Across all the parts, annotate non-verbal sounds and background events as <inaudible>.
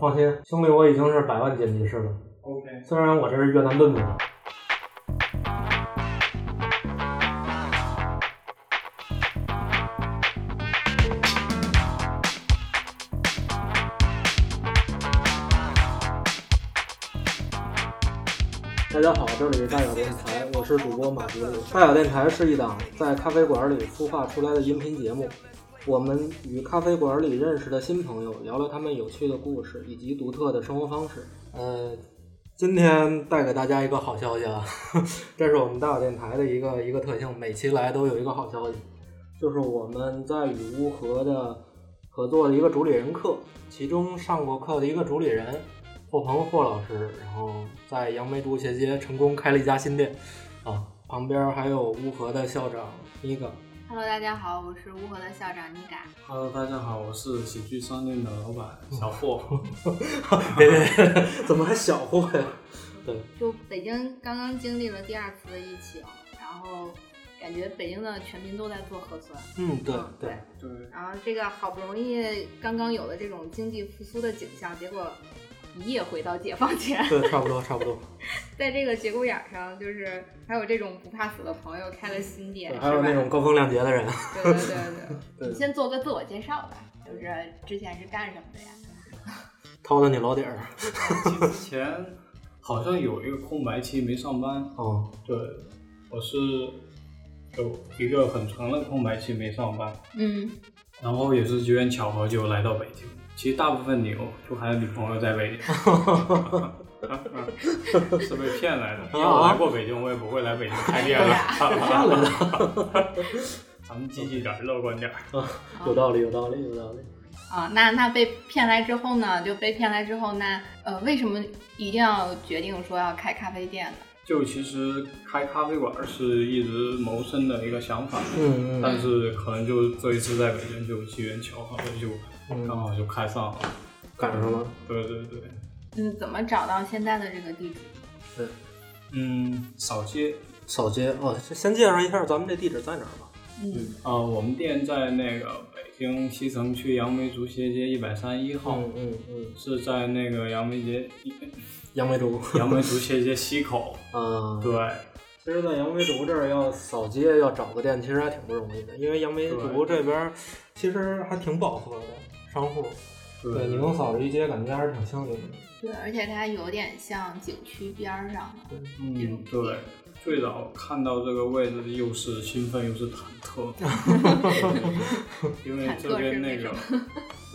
放心，兄弟，我已经是百万剪辑师了。 OK，虽然我这是越南啊盾牌，大家好，这里是大小电台，我是主播马吉鲁。大小电台是一档在咖啡馆里孵化出来的音频节目，我们与咖啡馆里认识的新朋友聊聊他们有趣的故事以及独特的生活方式。呃，今天带给大家一个好消息啊， <laughs> 这是我们大小电台的一个一个特性，每期来都有一个好消息，就是我们在与乌合的合作的一个主理人课，其中上过课的一个主理人霍鹏霍老师，然后在杨梅竹斜街成功开了一家新店，啊，旁边还有乌合的校长米 <laughs> 嘎。 Hello，大家好，我是乌合的校长妮嘎。 Hello，大家好，我是喜剧商店的老板小霍。别别别，怎么还小霍呀？对，就北京刚刚经历了第二次的疫情，然后感觉北京的全民都在做核酸，嗯，对对， <laughs> 对，然后这个好不容易刚刚有了这种经济复苏的景象，结果一夜回到解放前。 <laughs> 对，差不多差不多。在这个节骨眼儿上，就是还有这种不怕死的朋友开了新店，还有那种是吧？高风亮节的人，对对对对， <laughs> 对你先做个自我介绍吧，就是之前是干什么的呀？掏的你老底儿。其实之前好像有一个空白期没上班，哦，对，我是有一个很长的空白期没上班，嗯，然后也是机缘巧合就来到北京。其实大部分理由就还是女朋友在北京， <laughs> 是被骗来的。因为我来过北京，我也不会来北京开店啊了。来 <laughs> 咱们积极点儿，乐观点儿。有道理有道理有道理。啊，那那被骗来之后呢？就被骗来之后，那呃，为什么一定要决定说要开咖啡店呢？就其实开咖啡馆是一直谋生的一个想法，嗯嗯但是可能就这一次在北京就机缘巧合就刚嗯，好就开上了。赶上了。对对对，嗯，怎么找到现在的这个地址？嗯，扫街，扫街哦，先介绍一下咱们这地址在哪儿吧。嗯啊、我们店在那个北京西城区杨梅竹斜街一百三十一号，嗯嗯嗯，是在那个杨梅街杨梅 <laughs> 竹。杨梅竹斜街西口。啊，对，其实，在杨梅竹这儿要扫街要找个店，其实还挺不容易的，因为杨梅竹这边儿其实还挺饱和的商户。对，你能扫着一街，感觉还是挺幸运的。对，而且它有点像景区边儿上的。嗯，对。最早看到这个位置，又是兴奋又是忐 <laughs> 忑，因为这边那个忐忑 <laughs>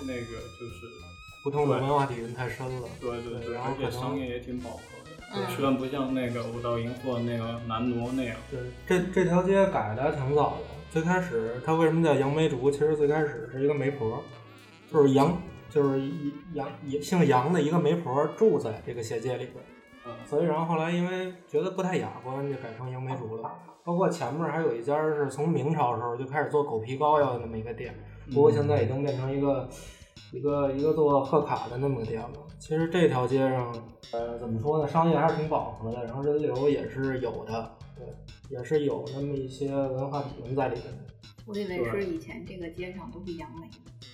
那个就是不同的文化底蕴太深了。对对对，然后而且可能商业也挺饱和的，嗯虽然不像那个五道营或那个南锣那样，对，这这条街改的挺早的。最开始它为什么叫杨梅竹？其实最开始是一个媒婆，就是杨，就是一杨也姓杨的一个媒婆住在这个斜街里边儿，嗯，所以然后后来因为觉得不太雅观，就改成杨梅竹了。包括前面还有一家是从明朝的时候就开始做狗皮膏药的那么一个店，不过现在已经变成一个一个一个做贺卡的那么个店了。其实这条街上，呃，怎么说呢，商业还是挺饱和的，然后人流也是有的，对，也是有那么一些文化底蕴在里面的。我以为是以前这个街上都是杨梅，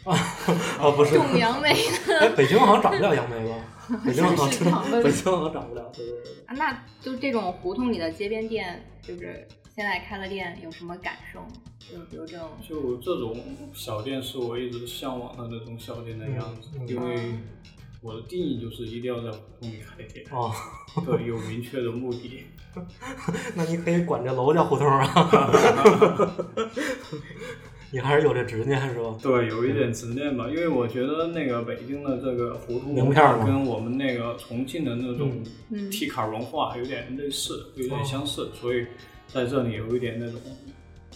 <laughs> 啊，不是， <laughs> 种杨梅哎，北京好像长不了杨梅吧？北京好是长像的北京好像长不了，对对对。 <laughs> 啊，那就这种胡同里的街边店，就是现在开了店有什么感受吗？就比如这种，嗯就这种小店是我一直向往的这种小店的样子，嗯嗯因为我的定义就是一定要在胡同里开 <laughs> 店， <laughs> 哦，对，有明确的目的。 <laughs> 那你可以管这楼叫胡同啊，你还是有这执念是吧？对，有一点执念吧，因为我觉得那个北京的这个胡同名文片儿化吗跟我们那个重庆的那种嗯踢卡文化有点类似，有哦点相似，所以在这里有一点那种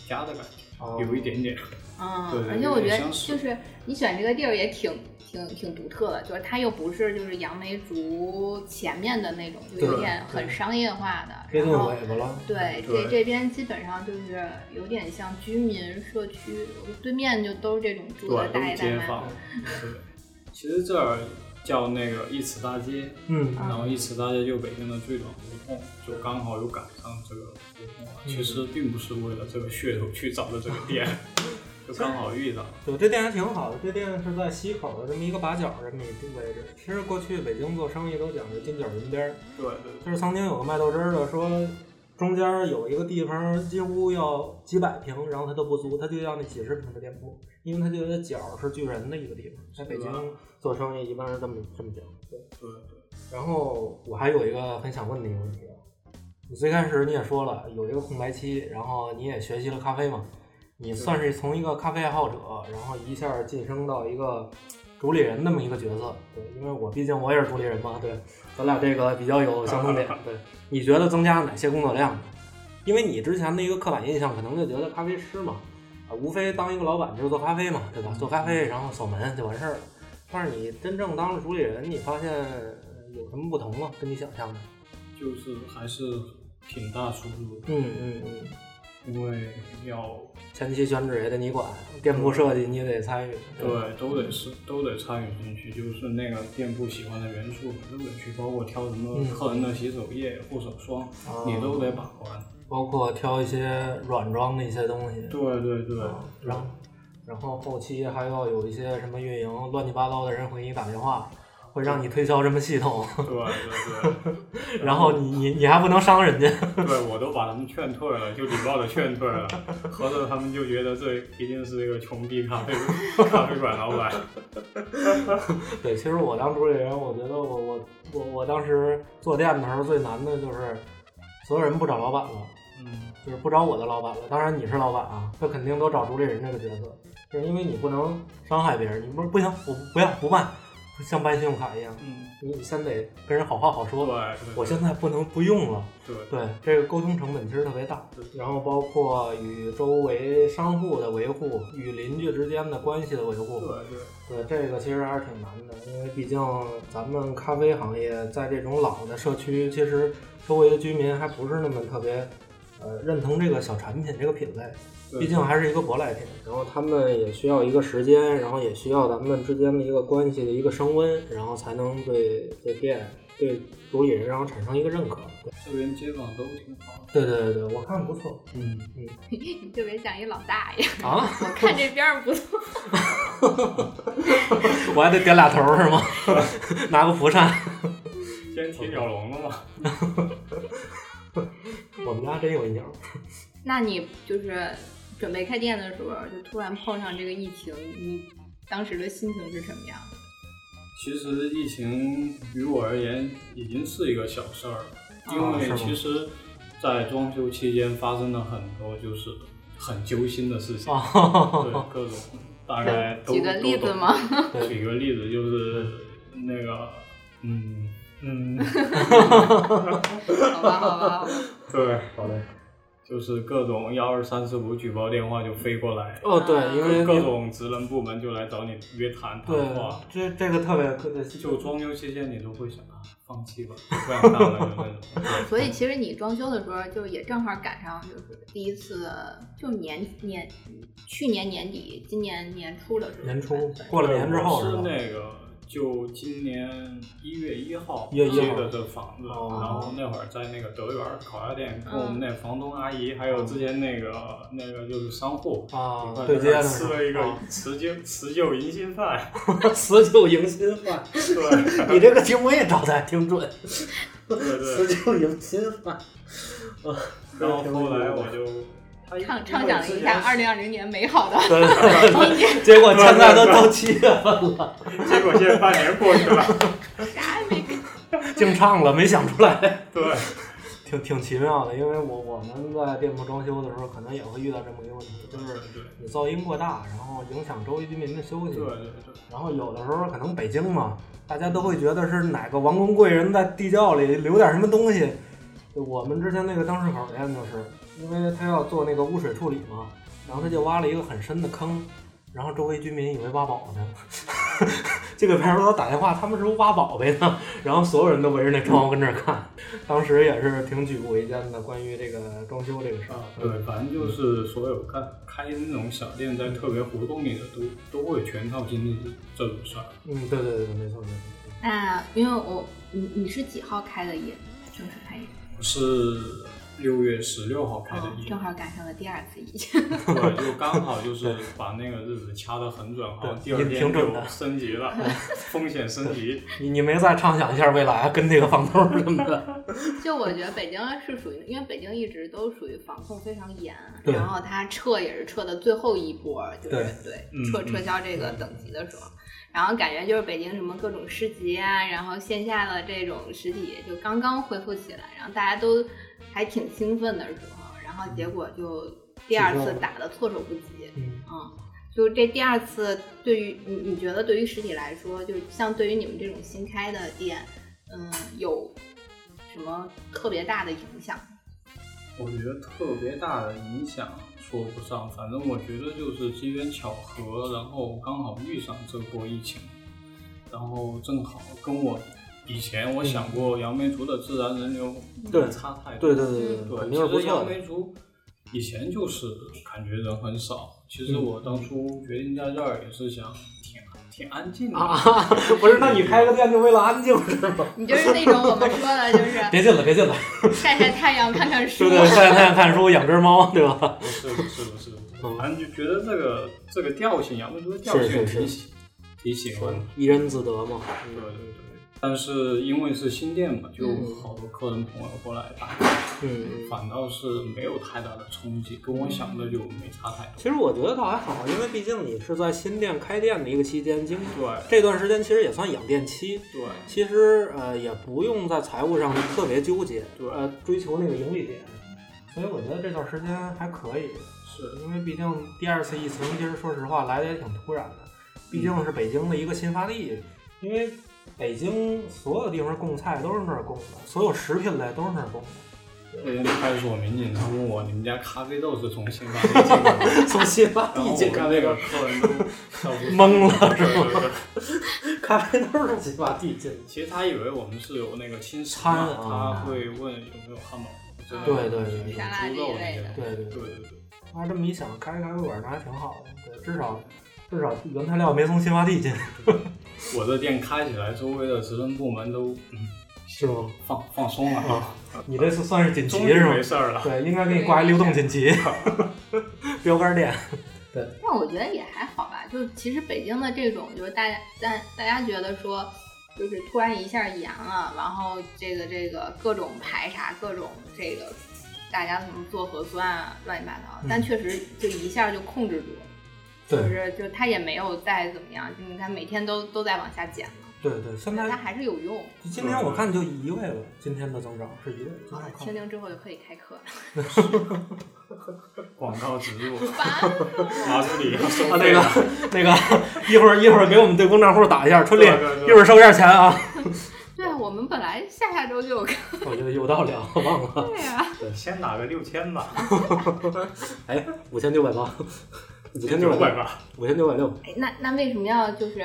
家的感觉，哦有一点点。对嗯，对而且我有觉得点相似就是你选这个地儿也挺挺挺独特的，就是它又不是就是杨梅竹前面的那种，就有对点对很商业化的，接近然后尾巴了。对对这这边基本上就是有点像居民社区，我们对面就都是这种住的对，大都爷是大街妈。坊。对，其实这儿叫那个一尺大街，嗯，然后一尺大街就北京的最早胡同，就刚好又啊赶上这个胡同了。其实并不是为了这个噱头去找的这个店， <laughs> 就刚好遇到。对，这店还挺好的。这店是在西口的这么一个把角这么一个位置。其实过去北京做生意都讲究金角银边儿，对对就是曾经有个卖豆汁儿的说，中间儿有一个地方几乎要几百平，然后他都不租，他就要那几十平的店铺，因为他觉得角儿是巨人的一个地方。在北京是吧做生意一般是这么这么讲。对。对然后我还有一个很想问的一个问题啊，你最开始你也说了有一个空白期，然后你也学习了咖啡嘛，你算是从一个咖啡爱好者，然后一下晋升到一个主理人那么一个角色，对，因为我毕竟我也是主理人嘛，对，咱俩这个比较有相 <laughs> 同点，对，你觉得增加哪些工作量呢？因为你之前的一个刻板印象可能就觉得咖啡师嘛，啊，无非当一个老板就是做咖啡嘛，对吧？做咖啡然后锁门就完事儿了。但是你真正当了主理人，你发现呃有什么不同吗？跟你想象的？对，就是还是挺大出入的，嗯嗯嗯，因为要前期选址也得你管，店铺设计你也得参与，吧，对都得是都得参与进去，就是那个店铺喜欢的元素都得去，包括挑什么嗯客人的洗手液、护手霜，啊你都得把关。包括挑一些软装的一些东西，对对对，啊然后然后后期还要有一些什么运营乱七八糟的人会给你打电话，会让你推销什么系 <laughs> 统，，对对对然后你你你还不能伤人家，对我都把他们劝退了，就礼貌的劝退了，合着他们就觉得这一定是一个穷逼咖啡咖啡馆老板。对，其实我当主理人，我觉得我我我我当时做店的时候最难的就是，所有人不找老板了，嗯，就是不找我的老板了。当然你是老板啊，那肯定都找主理人这个角色，就是因为你不能伤害别人，你不是不行，我不要不卖，像办信用卡一样，嗯，你先得跟人好话好对说。对我现在不能不用了，对对这个沟通成本其实特别大，然后包括与周围商户的维护，与邻居之间的关系的维护，对对，对，这个其实还是挺难的，因为毕竟咱们咖啡行业在这种老的社区，其实周围的居民还不是那么特别，呃，认同这个小产品这个品类，对毕竟还是一个舶来品。然后他们也需要一个时间，然后也需要咱们之间的一个关系的一个升温，然后才能对对店、对主理人，然后产生一个认可。这边街坊都挺好的。对对对对，我看不错。嗯，嗯 <laughs> 你特别像一老大爷，啊， <laughs> 我看这边儿不错， <laughs> <laughs> 我还得点俩头儿是吗？ <laughs> 拿个蒲扇。今天提鸟笼了吗？我们家真有一鸟。那你就是准备开店的时候，就突然碰上这个疫情，你当时的心情是什么样？其实疫情于我而言已经是一个小事儿了，因啊是为吗其实，在装修期间发生了很多就是很揪心的事情，哦， <laughs> 对各种大概都 <laughs> 举个例子？吗？都懂举个例子就是那个，嗯嗯，<laughs> <laughs> 好吧，好吧，好吧。对，好嘞。就是各种幺二三四五举报电话就飞过来，哦，对，因为各种职能部门就来找你约谈谈对话。，这这个特别特别就装修期间，你都会想啊，放弃 <laughs> 吧，不想干了，就那种。所以其实你装修的时候，就也正好赶上，就是第一次，就年年去年年底，今年年初的时候，年初过了年之后对是我是吧？那个，就今年一月一号1月1号接的这房子，哦然后那会儿在那个德源烤鸭店，跟我们那房东阿姨，还有之前那个那个就是商户。啊一块，儿对接的吃了一个 <laughs> 啊辞旧辞旧迎新饭， <laughs> 辞旧迎新饭，对 <laughs> 你这个题目也找的还挺准，对对，辞旧迎新饭。啊。然后后来我就他畅畅想了一下二，零二零年美好的对对 <laughs> 对，结果现在都到七月份了，因为之前结果现在半年过去了，啥也没干。净唱了，没想出来， <laughs> 对挺挺奇妙的。因为我我们在店铺装修的时候，可能也会遇到这么一个问题，就是对你噪音过大，然后影响周围居民的休息。对对对，然后有的时候可能北京嘛，大家都会觉得是哪个王公贵人在地窖里留点什么东西。我们之前那个当市口店就是，因为他要做那个污水处理嘛，然后他就挖了一个很深的坑，然后周围居民以为挖宝呢， <laughs> 就给派出所打电话，他们是不是挖宝贝呢？然后所有人都围着那窗户跟那儿看，当时也是挺举步维艰的，关于这个装修这个事儿啊。对，反正就是所有开开那种小店，在特别活动里的都都会全套经历这种事儿。嗯，对对对，没错没错。那因为我你你是几号开的业？正式开业我是六月十六号开的嗯疫，正好赶上了第二次疫情。对，就刚好就是把那个日子掐得很准，好像第二你天挺准就的升级 <laughs> 了，风险升级。你你没再畅想一下未啊来跟那个房东什么的？就我觉得北京是属于，因为北京一直都属于防控非常严，对然后它撤也是撤的最后一波，就是对对嗯撤嗯撤销这个等级的时候，然后感觉就是北京什么各种市集啊，然后线下的这种实体就刚刚恢复起来，然后大家都还挺兴奋的时候，然后结果就第二次打的措手不及，嗯嗯，就这第二次，对于你你觉得对于实体来说，就像对于你们这种新开的店，嗯，有什么特别大的影响？我觉得特别大的影响说不上，反正我觉得就是机缘巧合，然后刚好遇上这波疫情，然后正好跟我以前我想过杨梅竹的自然人流嗯对差太多对对对对，肯定是不其实错杨的。梅竹以前就是感觉人很少，其嗯实我当初决定在这儿也是想挺挺安静 <laughs> 的，啊，不是，那你开个店就为了安静是吗？你就是那种我们说的，就 <laughs> 别进了，<laughs> 别进了，是晒晒太阳、看看书对。对，晒太阳看书，养只猫，对吧？啊不是不是不是嗯，反正就觉得这个这个调性，杨梅竹的调是性是挺喜挺喜欢的。一人自得嘛，对对对。但是因为是新店嘛，就好多客人朋友过来打卡，嗯，反倒是没有太大的冲击，跟我想的就没差太多。其实我觉得倒还好，因为毕竟你是在新店开店的一个期间，经对这段时间其实也算养店期，对其实呃也不用在财务上特别纠结，对呃追求那个盈利点。所以我觉得这段时间还可以，是，因为毕竟第二次疫情，其实说实话来的也挺突然的，毕竟是北京的一个新发地，因为北京所有地方供菜都是那儿供的，所有食品类都是那儿供的，那天派出所民警他问我，你们家咖啡豆是从新发地进的吗？ <laughs> 从新发然后地我进看那个客人都笑不出 <laughs> 懵了是吧？咖啡都是从新发地进的。其实他以为我们是有那个轻食餐嘛，啊他会问有没有汉堡包之类的，对对对对沙拉猪这肉一那类些的东西。对对对对，对对。那这么一想，开咖啡馆那还挺好的，对，至少至少原材料没从新发地进，我这店开起来，周围的职能部门都嗯是吗？放放松了啊，你这次算是锦终旗于是吗没？事儿了。对，应该给你挂一流动锦旗， <laughs> 标杆店。但我觉得也还好吧，就是其实北京的这种，就是大家大大家觉得说，就是突然一下严了，然后这个这个各种排查，各种这个大家什么做核酸啊，乱七八糟嗯，但确实就一下就控制住了。就是就它也没有再怎么样，就你看每天都都在往下减嘛，对对，现但它在还是有用。今天我看就一位了，今天的增长是一位，今啊天我清看零之后就可以开课了，广告植 <laughs> 入，烦 <laughs> 马助理要收啊费那了。个 <laughs> 那个一会儿一会儿给我们对公账户打一下，春丽对对对一会儿收一下钱啊。 <laughs> 对啊，我们本来下下周就有课我觉得有道理啊，忘了呀、先打个六千吧，五千九百八，五千九九百百吧。五千九百六，哎那那为什么要就是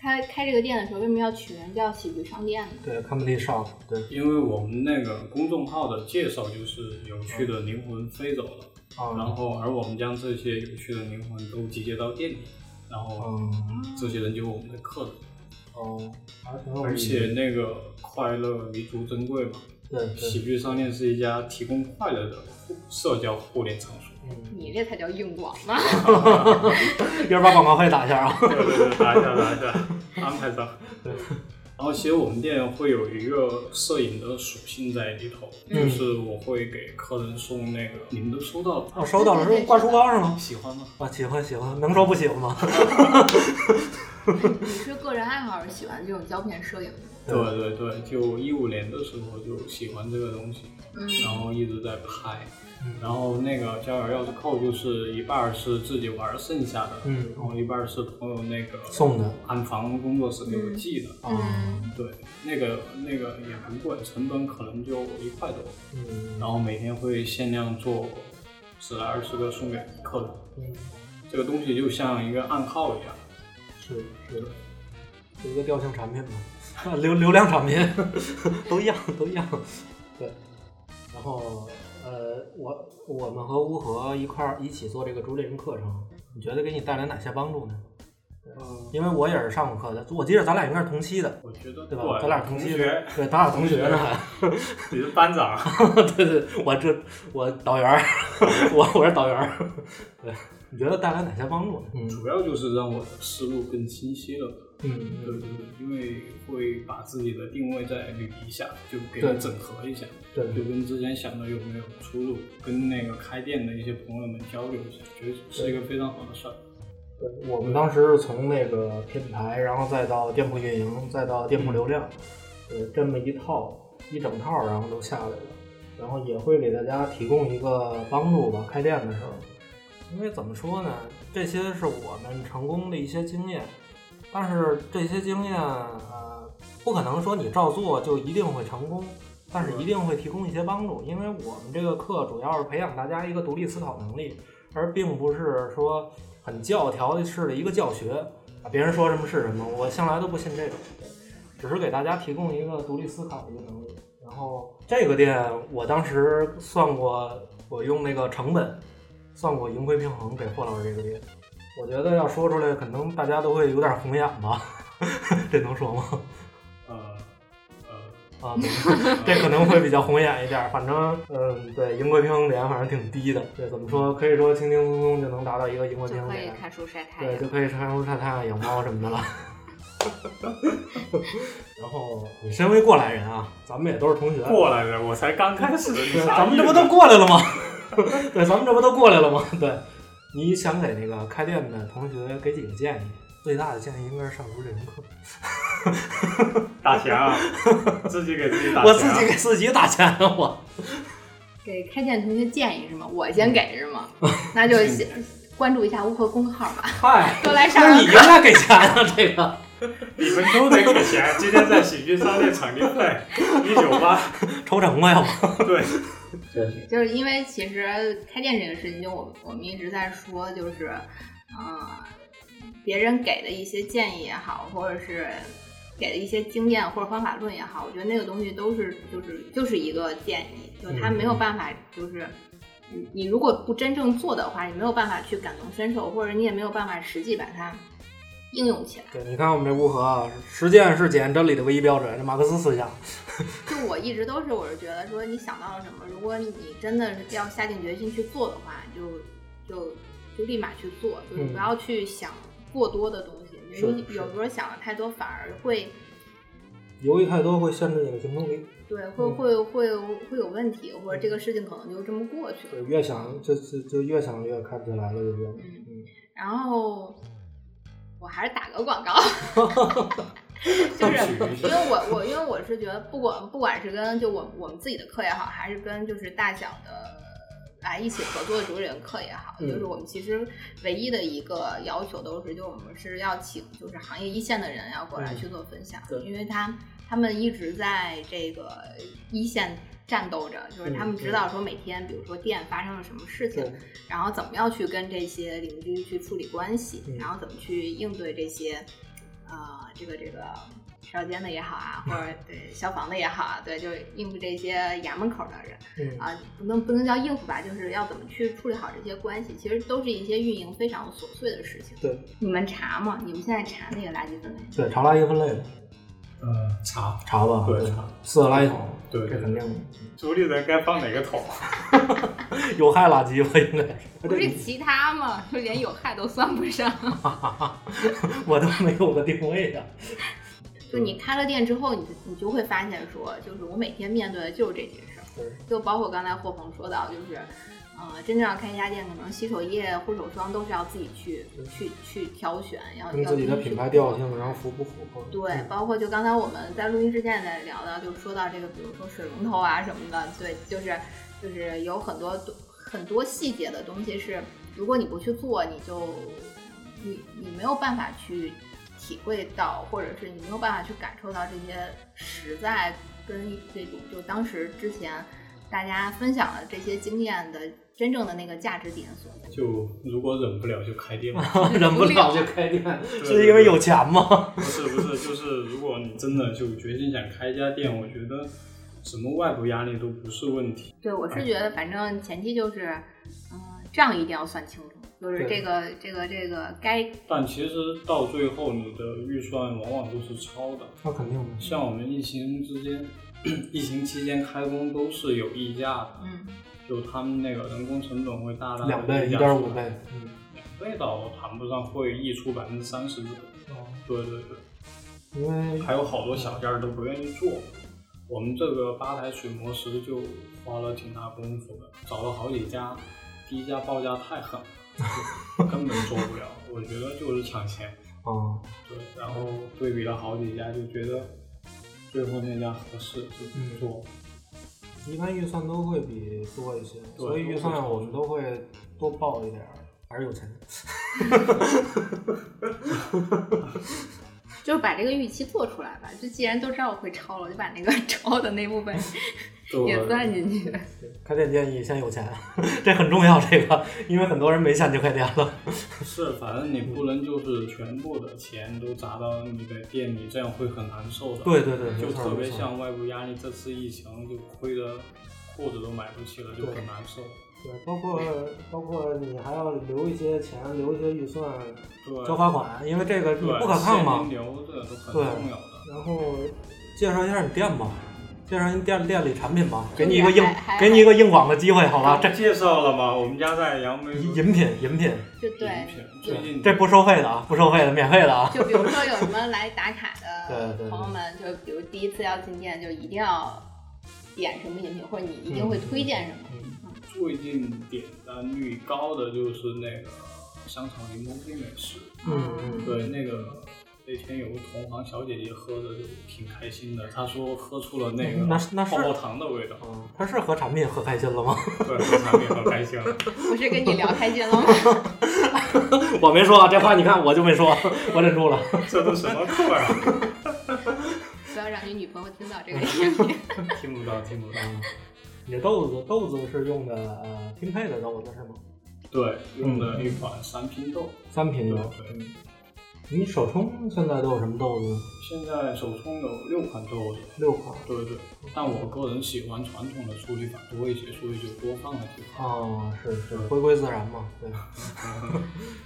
开开这个店的时候，为什么要取名叫喜剧商店呢？对，comedy shop，对因为我们那个公众号的介绍就是有趣的灵魂飞走了，啊，然后而我们将这些有趣的灵魂都集结到店里，然后嗯这些人就是我们的客人，哦，还挺有而意思的，且那个快乐弥足珍贵嘛，对对，喜剧商店是一家提供快乐的社交互联场所。嗯，你这才叫硬广 <laughs> 嘛！ <laughs> 一会儿把广告费打一下啊。 <laughs> 对对对，打一下打一 <laughs> 下，安排上。对。然后其实我们店会有一个摄影的属性在里头，嗯就是我会给客人送那个，你们都收到了吗？我哦收到了，是挂书包是吗？喜欢吗？啊，喜欢喜欢，能说不喜欢吗？你是个人爱好，喜欢这种胶片摄影吗？对对对对，就一五年的时候就喜欢这个东西，嗯，哦然后一直在拍嗯。然后那个交友钥匙扣就是一半儿是自己玩儿剩下的，嗯然后一半儿是朋友那个送的暗房工作室给嗯我寄的，啊，对，那个那个也不贵，成本可能就一块多，嗯，然后每天会限量做十来二十个送给客人。嗯这个东西就像一个暗号一样，是是的，是一个调性产品嘛，啊流流量产品 <laughs> 都一样都一样，对。然后呃，我我们和乌合一块儿一起做这个竹林课程，你觉得给你带来哪些帮助呢？嗯，因为我也是上过课的，我记得咱俩应该是同期的，我觉得对吧？咱俩是同期学的，，对，咱俩同学呢同学还。你是班长， <laughs> 对对，我这我导员儿，我我是导员儿。 <laughs> 对，你觉得带来哪些帮助呢？嗯 <laughs> 主要就是让我的思路更清晰了。嗯对对对，因为会把自己的定位再捋一下，就给对它整合一下，对就跟之前想的有没有出入，跟那个开店的一些朋友们交流一下，觉得是一个非常好的事儿。对，我们当时是从那个品牌，然后再到店铺运营，再到店铺流量，呃，这么一套一整套，然后都下来了，然后也会给大家提供一个帮助吧，开店的时候。因为怎么说呢，这些是我们成功的一些经验，但是这些经验，呃，不可能说你照做就一定会成功，但是一定会提供一些帮助。因为我们这个课主要是培养大家一个独立思考能力，而并不是说很教条式的一个教学啊，别人说什么是什么，我向来都不信这种，只是给大家提供一个独立思考的一个能力。然后这个店，我当时算过，我用那个成本算过盈亏平衡给霍老师这个店，我觉得要说出来，可能大家都会有点红眼吧， <laughs> 这能说吗？呃呃，啊，没事这可能会比较红眼一点儿。反正，嗯，对，盈亏平衡点反正挺低的。对，怎么说？可以说轻轻松松就能达到一个盈亏就平衡可以点。看书晒太对，阳就。可以晒出晒太阳、养猫什么的了。 <laughs> 然后你身为过来人啊，咱们也都是同学，过来人，我才刚开始，你对啥咱们这不意思都过来了吗？ <laughs> 对，咱们这不都过来了吗？对，你想给那个开店的同学给几个建议？最大的建议应该是上足这门课，打 <laughs> 钱啊，自己给自己打我钱自啊己给自己打钱啊，我给开店同学建议是吗？我嗯先给是 <laughs> 吗？那就先关注一下乌合公号吧，嗨，都来上那上你应课。该给钱啊，这个你们都得给钱。今天在喜剧商店场地费一九 <laughs> 八，抽成吧，要不？对，就是因为其实开店这个事情，就我我们一直在说，就是，呃，别人给的一些建议也好，或者是给的一些经验或者方法论也好，我觉得那个东西都是就是就是一个建议，就他没有办法就是。你你如果不真正做的话，你没有办法去感同身受，或者你也没有办法实际把它应用起来。对，你看我们这乌合啊，实践是检验真理的唯一标准，这马克思思想。就我一直都是，我是觉得说你想到了什么，如果你真的是要下定决心去做的话，就就就立马去做，就是嗯不要去想过多的东西，因为是有时候想的太多反而会犹豫太多会限制你的行动力，对会嗯会会会有问题，或者这个事情可能就这么过去了。对，越想就就就越想越看不起来了，对不对？嗯嗯，然后我还是打个 <laughs> 广告， <laughs> 争取就是一因下。为我我因为我是觉得，不管不管是跟就我我们自己的课也好，还是跟就是大小的啊一起合作的主理人课也好，嗯就是我们其实唯一的一个要求都是，就我们是要请就是行业一线的人要过来嗯去做分享，对因为他他们一直在这个一线。战斗着，就是他们嗯知道说每天，比如说店发生了什么事情，对，然后怎么样去跟这些邻居去处理关系，嗯然后怎么去应对这些，呃，这个这个少监的也好啊，或嗯者对消防的也好啊，对，就是应付这些衙门口的人嗯，啊，不能不能叫应付吧，就是要怎么去处理好这些关系，其实都是一些运营非常琐碎的事情。对，啊你们查吗？你们现在查那个垃圾分类？对，查垃圾分类的，呃，查，查吧，对查，四个垃圾桶，对这肯定的，主理人该放哪个桶？有害垃圾吧，应该是。不是其他吗？ <laughs> 就连有害都算不上。我都没有个定位啊。就嗯你开了店之后，你你就会发现说，就是我每天面对的就是这些事儿。对，就包括刚才霍鹏说到，就是，呃，真正要开一家店，可能洗手液、护手霜都是要自己去去去挑选，要跟自己的品牌调。性，然后符不符合？要对，包括就刚才我们在录音之前也在聊到，就说到这个，比如说水龙头啊什么的，对，就是就是有很多很多细节的东西是，如果你不去做，你就你你没有办法去体会到，或者是你没有办法去感受到这些实在跟这种就当时之前大家分享的这些经验的真正的那个价值点所在。就如果忍不了就开店嘛。 <laughs> 忍不了就开店，是因为有钱吗？不是不是，就是如果你真的就决心想开一家店，我觉得什么外部压力都不是问题。哎对，我是觉得反正前期就是，嗯、这样一定要算清楚。就是这个这个这个该但其实到最后，你的预算往往都是超的。那肯定的。像我们疫情之间，疫情期间开工都是有溢价的，嗯就他们那个人工成本会大大地啊两倍、溢一价点出五来倍，，嗯，两倍倒谈不上，会溢出百分之三十左右。哦对对对，因为还有好多小店儿都不愿意做。我们这个吧台水磨石就花了挺大功夫的，找了好几家，第一家报价太狠了，就根本做 <laughs> 不了。我觉得就是抢钱。啊，对，然后对比了好几家，就觉得最后那家合适就做。嗯一般预算都会比多一些，对所以预算都会我们都会多报一点儿，还是有钱人。就是把这个预期做出来吧。就既然都知道我会超了，我就把那个 <laughs> 超的那部分对也算进去。 <laughs> 开店建议先有钱，这很重要，这个，因为很多人没钱就开店了。是，反正你不能就是全部的钱都砸到你的店里，这样会很难受的。，对对对，就没错特别没错像外部压力，这次疫情就亏的裤子都买不起了，就很难受。对，包括包括你还要留一些钱，留一些预算对，交罚款，因为这个对你不可抗现金嘛。流这都很对重要的。然后介绍一下你店吧，介绍您店店里产品吧，给你一个硬还还给你一个硬广的机会，好吧？这介绍了吗？我们家在杨梅饮饮品饮品，就对，饮品就最近这不收费的啊，不收费的，免费的啊。就比如说有什么来打卡对的 <laughs> 对对朋友们，就比如第一次要进店，就一定要点什么饮品，或者你一定会推荐什么。嗯最近点单率高的就是那个香草柠檬冰美式，嗯嗯，对，那个那天有个同行小姐姐喝的就挺开心的，她说喝出了那个那是那是泡泡糖的味道，嗯，他是和产品喝开心了吗？ <laughs> 对，喝产品喝开心了。不是跟你聊开心了吗？ <laughs> 我没说啊，这话，你看我就没说， <laughs> 我忍住了。这都什么课啊？不要让你女朋友听到这个 <laughs> 音频。听不到，听不到。你豆子豆子是用的呃拼配的豆子是吗？对，用的一款三拼豆，三拼的。对嗯你手冲现在都有什么豆子？现在手冲有六款豆子，六款。对对。但我个人喜欢传统的处理法多一些，所以就多放了几款。哦，是是，回归自然嘛。对。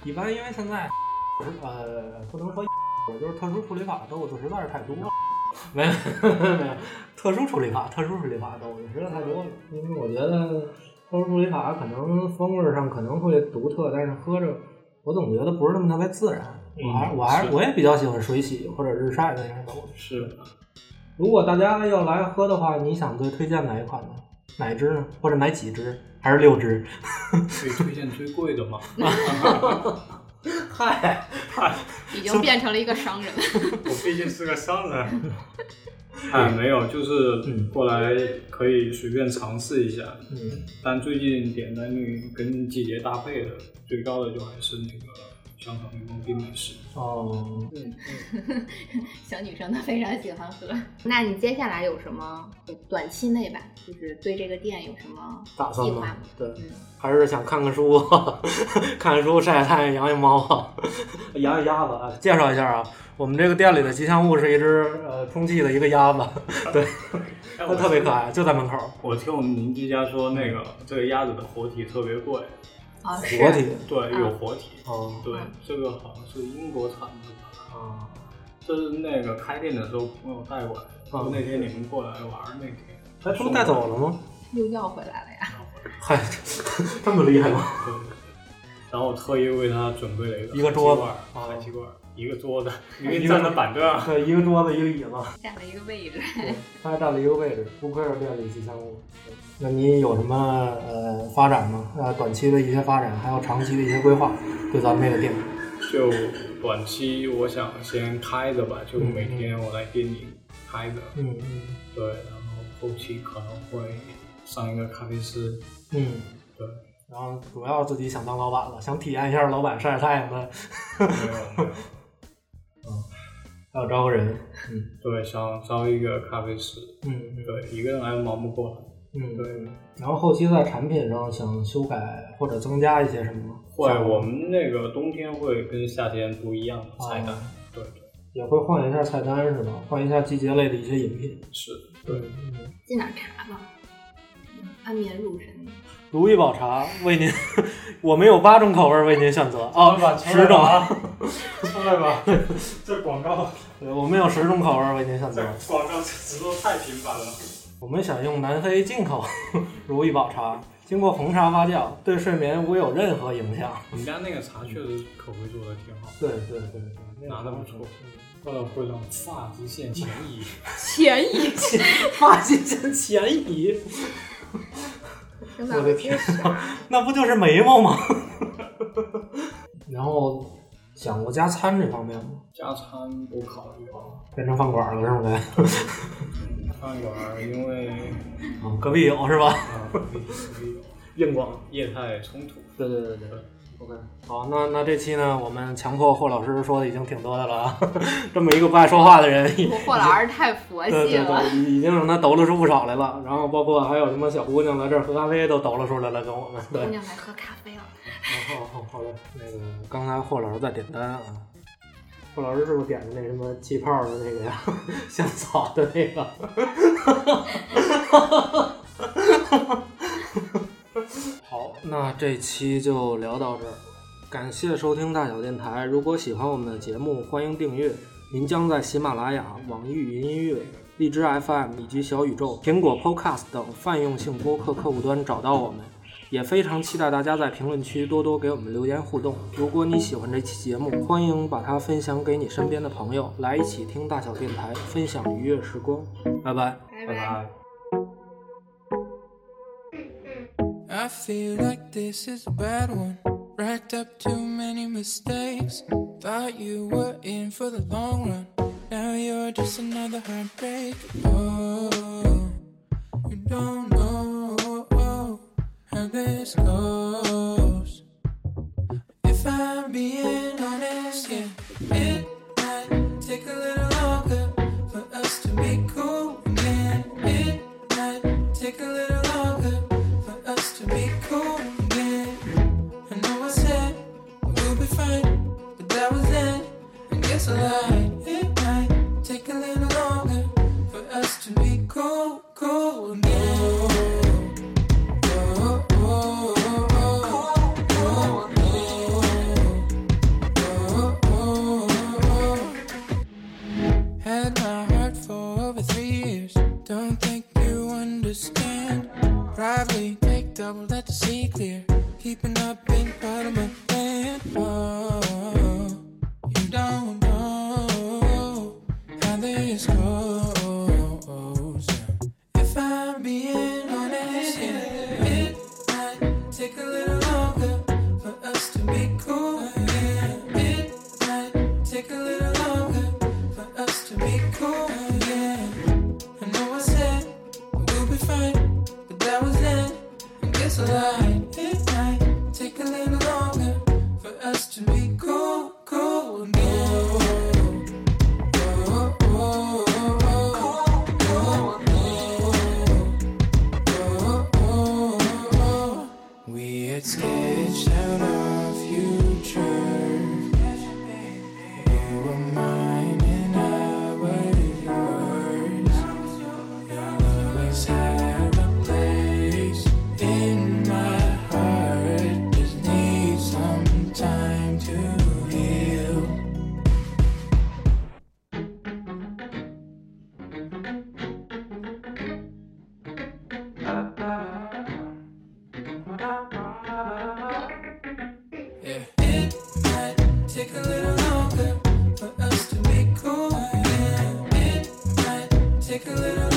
一般因为现在，呃，不能说，就是特殊处理法的豆子实在是太多了。没有没有，特殊处理法，特殊处理法的豆子实在太多了。因为我觉得特殊处理法可能风味上可能会独特，但是喝着我总觉得不是那么特别自然。我还嗯我还是我也比较喜欢水洗或者日晒的那种豆子。是如果大家要来喝的话，你想最推荐哪一款呢？哪支呢？或者买几支？还是六支？可以推荐最贵的嘛？ <laughs> 哎嗨，已经变成了一个商人。我毕竟是个商人。哎，没有，就是嗯过来可以随便尝试一下。嗯，但最近点单率跟季节搭配的最高的就还是那个香草柠檬冰美式。哦，小女生都非常喜欢喝。那你接下来有什么短期内吧，就是对这个店有什么打算计划吗吗？？对，嗯，还是想看看书， <laughs> 看看书，晒晒太阳，养养猫啊， <laughs> 养养鸭子啊。介绍一下啊，我们这个店里的吉祥物是一只呃充气的一个鸭子， <laughs> 对， <laughs> 它特别可爱，就在门口。我听我们邻居家说，那个这个鸭子的活体特别贵，哦，是活体对，有活体。哦对嗯，这个好像是英国产的吧？啊，这是那个开店的时候朋友带过来的，嗯那天你们过来玩儿那天，哎，他们带走了吗？又要回来了 <laughs> 呀。嗨，这么厉害吗？对，然后我特意为他准备了一个一个桌子海啊奇罐儿，一个桌子，因一为个站的板凳儿。对，一个桌子，一个椅子。占了一个位置， <laughs> 对，他还占了一个位置，不愧是店里吉祥物。那你有什么呃发展吗？呃，短期的一些发展，还有长期的一些规划，对咱们这个店。就短期我想先开着吧，就每天我来店里开着，嗯嗯对，然后后期可能会上一个咖啡师，嗯。对，然后主要自己想当老板了，想体验一下老板晒晒太阳的，没有没有，还有招个人。对，想招一个咖啡师，嗯对，一个人还忙不过来，嗯对。对，然后后期在产品上想修改或者增加一些什么吗？会我们那个冬天会跟夏天不一样的菜单啊，对对也会换一下菜单是吧？换一下季节类的一些饮品。是，对，嗯进点茶吧。安眠入神。如意宝茶为您， <laughs> 我们有八种口味为您选择哦啊，十种，啊，出来吧！这广告， <laughs> 对我们有十种口味为您选择。广告植入太频繁了。我们想用南非进口 <laughs> 如意宝茶，经过红茶发酵，对睡眠无有任何影响。我们家那个茶确实口味做的挺好，对对对对，拿得不错或者会让发际线前 <laughs> 移。前一发际线前移， <laughs> 真我的天啥？ <laughs> 那不就是眉毛吗？ <laughs> 然后想过加餐这方面吗？加餐不考虑啊，变成饭馆了是不是？饭馆儿因为啊，隔壁有是吧？ <laughs> 啊，没没有硬广。业态冲突，对对对对对，OK。好，那那这期呢，我们强迫霍老师说的已经挺多的了啊， <laughs> 这么一个不爱说话的人，已我霍老师太佛对系对了。对，已已经让他抖搂出不少来了。然后包括还有什么小姑娘来这儿喝咖啡都抖搂出来了，跟我们对姑。娘来喝咖啡了，好好好的，那个刚才霍老师在点单啊，霍老师是不是点的那什么气泡的那个呀， <laughs> 香草的那个？ <laughs> 好，那这期就聊到这儿，感谢收听大小电台。如果喜欢我们的节目，欢迎订阅。您将在喜马拉雅、网易云音乐、荔枝 FM 以及小宇宙、苹果 Podcast 等泛用性播客客户端找到我们。也非常期待大家在评论区多多给我们留言互动。如果你喜欢这期节目，欢迎把它分享给你身边的朋友，来一起听大小电台，分享愉悦时光。拜拜。拜拜拜。 I feel like this is a bad one. Racked up too many mistakes. Thought you were in for the long run. Now you're just another heartbreak. Oh, you don't know how this goes. If I'm being honest, yeah, it might take a little longer for us to be cool again. It might take a little longer for us to be cool again. I know I said we'll be fine, but that was then. I guess I lied. It might take a little longer for us to be cool, cool again. Oh, oh, oh, oh, oh. Had my heart for over three years. Don't think you understand. Probably take double that to see clear. Keeping up ain't part of my plan. Oh, you don't know how this goes. If I'm being honest, yeah, it might take a little longer for us to be cool. again. It might take a little longer for us to be cool. again. I know I said we'll be fine, but that was then. I guess I lied. It might take a little longer for us to be cool, cool again. Oh, oh, oh, oh, oh. We had sketched out our future. You were mine and I was yours. You always had a place in my heart. Just need some time to heal. Yeah. It might take a little longer for us to be cool. Yeah. It might take a little